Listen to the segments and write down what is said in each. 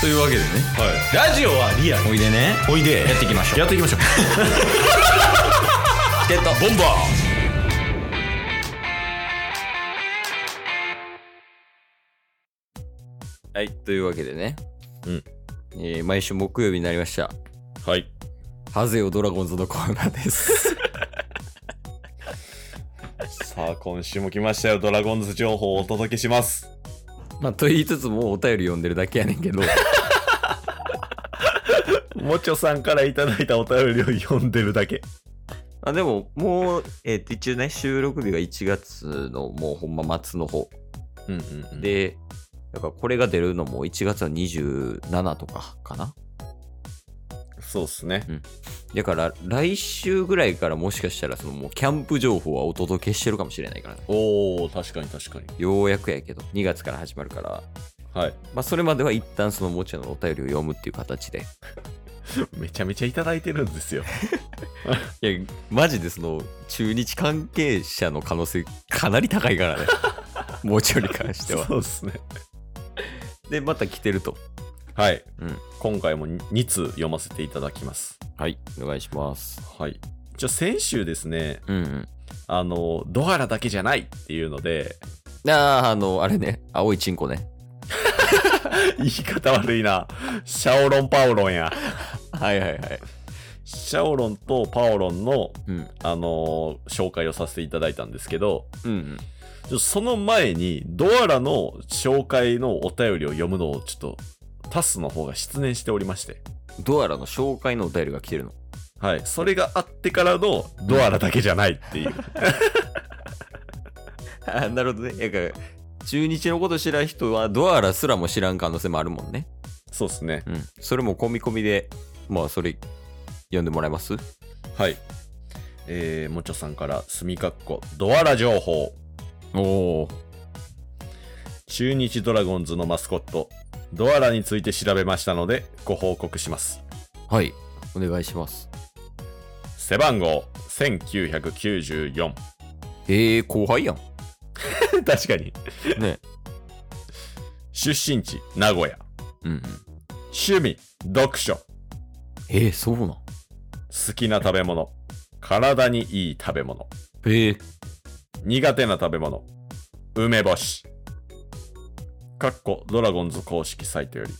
というわけでねラジオはリアルおいでねおいでやっていきましょうやってい きましょうチケットボンバーはいというわけでねうんえー毎週木曜日になりましたはいハゼよドラゴンズのコーナーです さあ今週も来ましたよドラゴンズ情報をお届けしますまあと言いつつもうお便り読んでるだけやねんけどもちょさんからいただいたお便りを読んでるだけあでももうえっ、と一応ね収録日が1月のもうほんま末の方うんうん、うん、でで、だからこれが出るのも1月の27とかかな。そうっすねだから来週ぐらいからもしかしたらそのもうキャンプ情報はお届けしてるかもしれないからね。おお確かに確かにようやくやけど、2月から始まるから、はいまあそれまでは一旦そのもちろんのお便りを読むっていう形で。めちゃめちゃいただいてるんですよいや、マジでその中日関係者の可能性かなり高い からね。もちろんに関しては。そうっすねで、また来てると。はい、うん今回も2通読ませていただきますはい、お願いします。はいじゃあ先週ですねうんうん。あのドハラだけじゃないっていうのでああ、あの、あれね、青いチンコね。 言い方悪いなシャオロンパオロンやはいはいはい。シャオロンとパオロンの、うん。あのー紹介をさせていただいたんですけど、うんうん。ちょその前に、ドアラの紹介のお便りを読むのを、ちょっと、タスの方が失念しておりまして。ドアラの紹介のお便りが来てるの。はい。それがあってからの、ドアラだけじゃないっていう。 あなるほどね。やから、中日のこと知らん人はドアラすらも知らん可能性もあるもんね。 そうですね。うん。それも込み込みで、まあ、それ、読んでもらえますはい。えー、もちょさんから、すみかっこ、ドアラ情報。おお。中日ドラゴンズのマスコット、ドアラについて調べましたので、ご報告します。はい。お願いします。背番号、1994。ええ後輩やん。 確かに。ね。出身地、名古屋。うんうん。趣味、読書。ええそうなん。好きな食べ物。体にいい食べ物。ええ苦手な食べ物。梅干し。かっこドラゴンズ公式サイトより、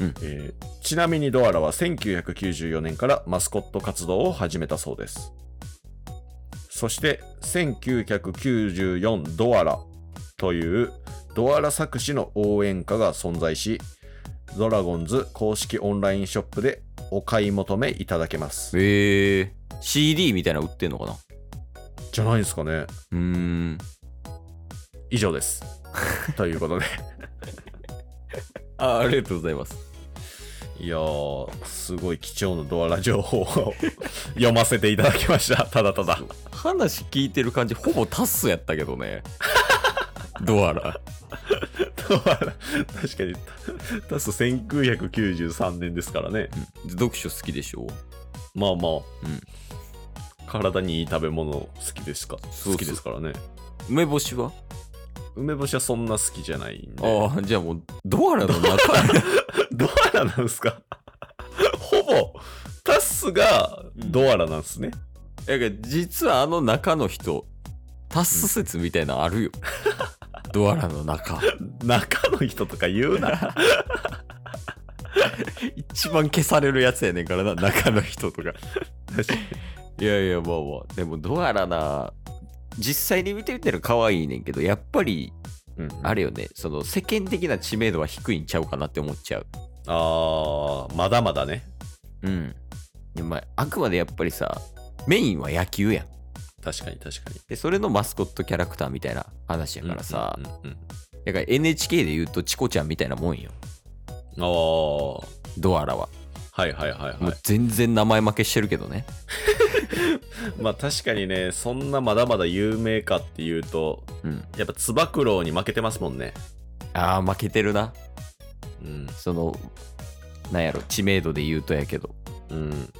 うんえーちなみにドアラは1994年からマスコット活動を始めたそうです。そして1994ドアラというドアラ作詞の応援歌が存在し、ドラゴンズ公式オンラインショップでお買い求めいただけます。ええ CD みたいなの売ってんのかなうじゃないですかね。ーん。以上 です。ということで。あありがとうございます。いやー、すごい貴重なドアラ情報を 読ませていただきました。 ただただ。話聞いてる感じ、ほぼタッスやったけど ね。ドアラ。ドアラ、確かに、たたす1993年ですからね。うん読書好きでしょまあまあ、ん体にいい食べ物好きですかそうそう好きですからね。梅干しは梅干しはそんな好きじゃないんで。ああ、じゃあもう、ドアラの中 に。 ドアラなんですか ほぼ、タスがドアラなんですね。だから実はあの中の人、タス説みたいなのある よ。ドアラの中。中の人とか言 うな。一番消されるやつやねんからな、中の人とか。確かに いやいや、まあまあ。でもドアラな、実際に見てみたら可愛いねんけど、やっぱり、うんあれよね、その世間的な知名度は低いんちゃうかなって思っちゃう。あー、まだまだね。うん。でまあ、あくまでやっぱりさ、メインは野球やん。確かに確かに。で、それのマスコットキャラクターみたいな話やからさ、うんうんうんだから NHK で言うとチコちゃんみたいなもんよ。ああ、はドアラは。いはいはいもはう全然名前負けしてるけどね。い。 まあ確かにね、そんなまだまだ有名かっていうと、うん。やっぱつば九郎に負けてますもんね。ああ、負けてるな。うん。その、なんやろ、知名度で言うとやけど。うん。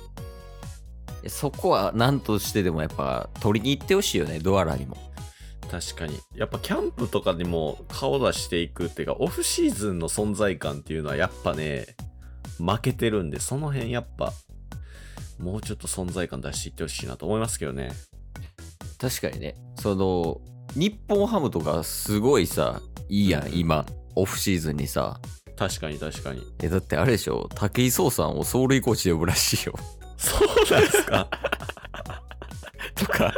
そこは何としてでもやっぱ取りに行ってほしいよね、ドアラにも。確かにやっぱキャンプとかにも顔出していくっていうかオフシーズンの存在感っていうのはやっぱね負けてるんでその辺やっぱもうちょっと存在感出していってほしいなと思いますけどね確かにねその日本ハムとかすごいさいいやん、うん今オフシーズンにさ確かに確かにえだってあれでしょ武井壮さんを走塁コーチで呼ぶらしいよ そうなんですかとか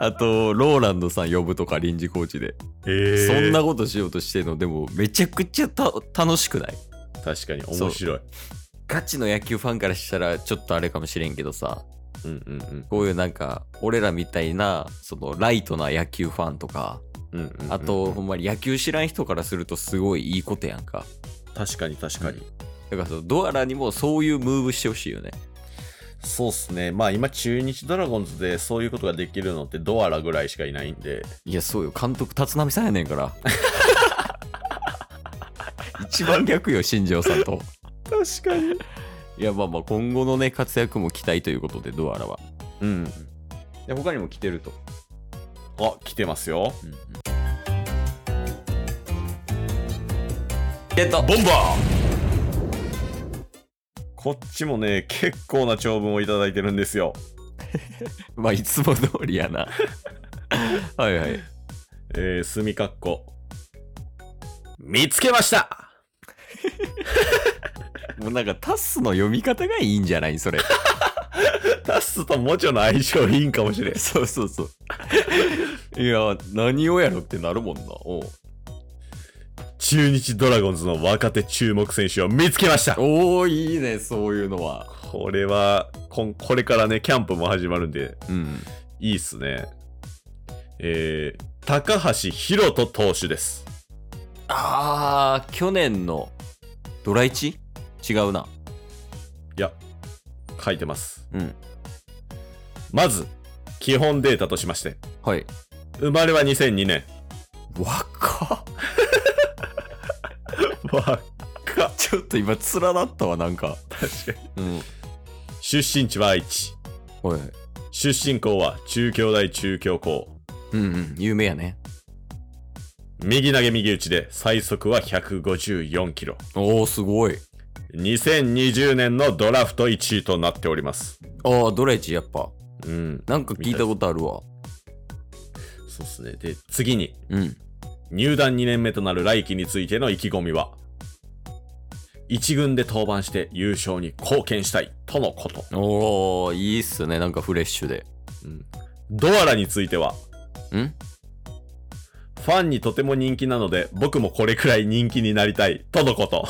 あとローランドさん呼ぶとか臨時コーチで、 えそんなこことしようとしてるのでもめちゃくちゃた楽しくないと確かに面白いガチの野球ファンからしたらちょっとあれかもしれんけどさうんうんうんこういうなんか俺らみたいなそのライトな野球ファンとかうんうんうんあとほんまに野球知らん人からするとすごいいいことやんか確かに確かに、だからそのドアラにもそういうムーブしてほしいよねそうっすねまあ今中日ドラゴンズでそういうことができるのってドアラぐらいしかいないんでいやそうよ監督立浪さんやねんから 一番逆よ新庄さんと確かにいやまあまあ今後のね活躍も期待ということでドアラはうんで他にも来てると、あ来てますよゲットボンバーこっちもね、結構な長文をいただいてるんですよ。まあいつも通りやな はいはいえー、墨かっこ。見つけました もうなんかタスの読み方がいいんじゃないそれ タスとモチョの相性いいんかもしれん。そうそうそういや何をやろってなるもんなおう中日ドラゴンズの若手注目選手を見つけましたおーいいねそういうのはこれはこん、これからね、キャンプも始まるんで、うんいいっすね。えー、高橋宏斗投手です。あー去年のドラ1違うないや、書いてます。うんまず、基本データとしまして、はい生まれは2002年。 若っ わかちょっと今連なったわなんか確かうん出身地は愛知はい出身校は中京大中京校うんうん有名やね右投げ右打ちで最速は154キロおおすごい2020年のドラフト1位となっておりますああドラ1やっぱうんなんか聞いたことあるわそうっすねで次にうん入団2年目となる来季についての意気込みは1軍で登板して優勝に貢献したいとのこと、おおいいっすねなんかフレッシュでうん、ドアラについてはんファンにとても人気なので僕もこれくらい人気になりたいとのこと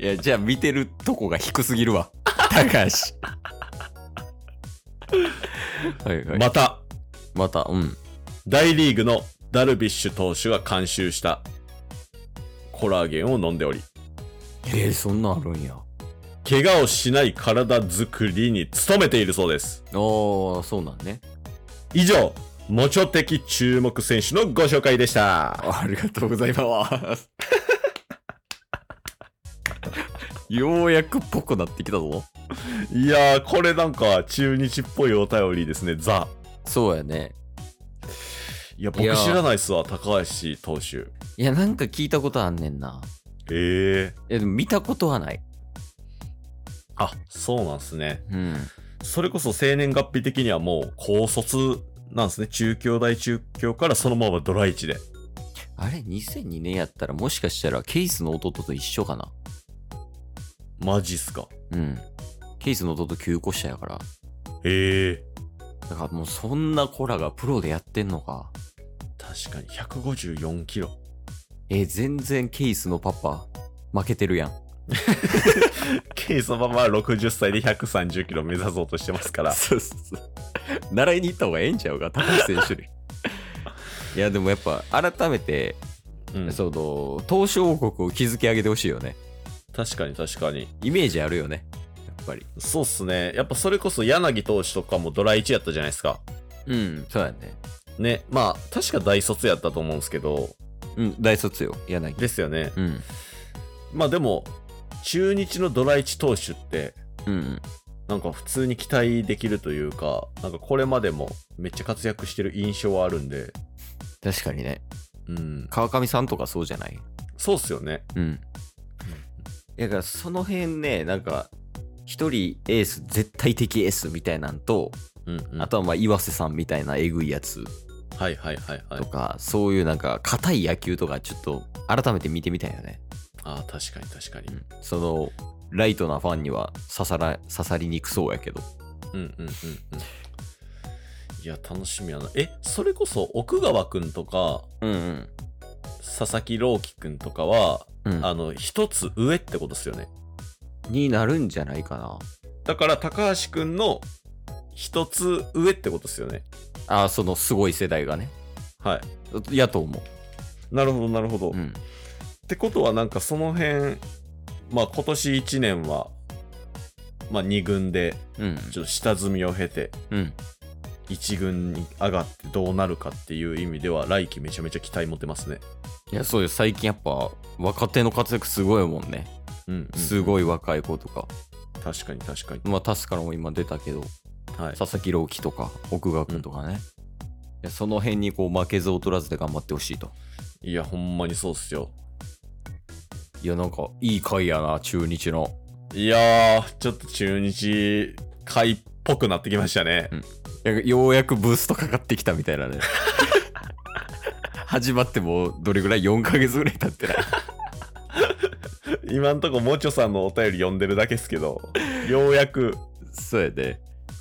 いやじゃあ見てるとこが低すぎるわ高橋 はいはいままた、たうん大リーグのダルビッシュ投手が監修したコラーゲンを飲んでおり、えー、そんなんあるんや怪我をしない体作りに努めているそうです。おーそうなんね以上、モチョ的注目選手のご紹介でした。ありがとうございます。 ようやくっぽくなってきたぞ。いやー、これなんか中日っぽいお便りですね、ザ。そうやね。いや、僕いやー知らないっすわ、高橋投手。いや、なんか聞いたことあんねんな。えいえや、でも見たことはない。あ、そうなんすね。うん。それこそ生年月日的にはもう高卒なんですね。中京大中京からそのままドラ1で。あれ、2002年やったらもしかしたらケイスの弟と一緒かな。マジっすか。うん。ケイスの弟9個下やから。ええだからもうそんな子らがプロでやってんのか。確かに154キロえー全然ケイスのパパ、負けてるやん。ケイソバは60歳で130キロ目指そうとしてますか らそうそうそう。習いに行った方がええんちゃうか、高橋選手に。 いや、でもやっぱ改めて、うんその、投手王国を築き上げてほしいよね。確かに確かにイメージあるよね。やっぱり。そうっすねやっぱそれこそ柳投手とかもドラ1やったじゃないですかうん、そうやね。ねまあ確か大卒やったと思うんですけどうん、大卒よ、柳。ですよね、うん。まあでも中日のドラ1投手ってうん。なんか普通に期待できるというかなんかこれまでもめっちゃ活躍してる印象はあるんで確かにね。うん。川上さんとかそうじゃないそうっすよね。うん。だからその辺ね、なんか、一人エース、絶対的エースみたいなんと、うん、うん。あとはまあ岩瀬さんみたいなえぐいやつはいはいはいはとい。か、そういうなんか硬い野球とかちょっと改めて見てみたいよね。ああ、確かに確かに。その、ライトなファンには刺さら刺さりにくそうやけど。うんうんうんうん。いや、楽しみやな。え、それこそ奥川くんとか、うんうん。佐々木朗希くんとかは、うん、あの、一つ上ってことですよね。になるんじゃないかな。だから、高橋くんの一つ上ってことですよね。ああ、そのすごい世代がね。はい。やと思なるほど、なるほど。う。うん。ってことはなんかその辺まあ今年1年はまあ2軍でうん。ちょっと下積みを経てうん。 1軍に上がってどうなるかっていう意味では来季めちゃめちゃ期待持てますね。いや、そうよ。最近やっぱ若手の活躍すごいもんね。うん、すい。ごい若い子とか。確かに確かに。まあ、タスからも今出たけど、はい。佐々木朗希とか、奥川君とかね。いやその辺にこう負けず劣らずで頑張ってほしいと。いやほんまにそうっすよ。いや、なんかいい回やな、中日の。いやーちょっと中日会っぽくなってきましたね。いやようやくブーストかかってきたみたいなね。始まってもうどれぐらい ?4 ヶ月ぐらい経ってない。 今んとこもちょさんのお便り読んでるだけっすけどようやくそうやで。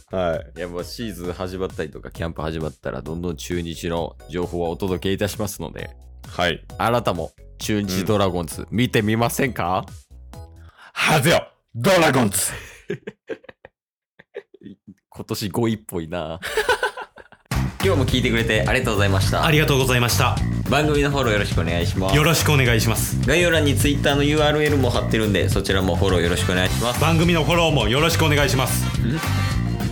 はい。いやもうシーズン始まったりとかキャンプ始まったらどんどん中日の情報はお届けいたしますのではい。あなたも中日ドラゴンズ見てみませんか、はぜよドラゴンズ今年5位っぽいな 今日も聞いてくれてありがとうございましたありがとうございました。番組のフォローよろしくお願いしますよろしくお願いします。概要欄に Twitter の URL も貼ってるんでそちらもフォローよろしくお願いします番組のフォローもよろしくお願いします。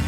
す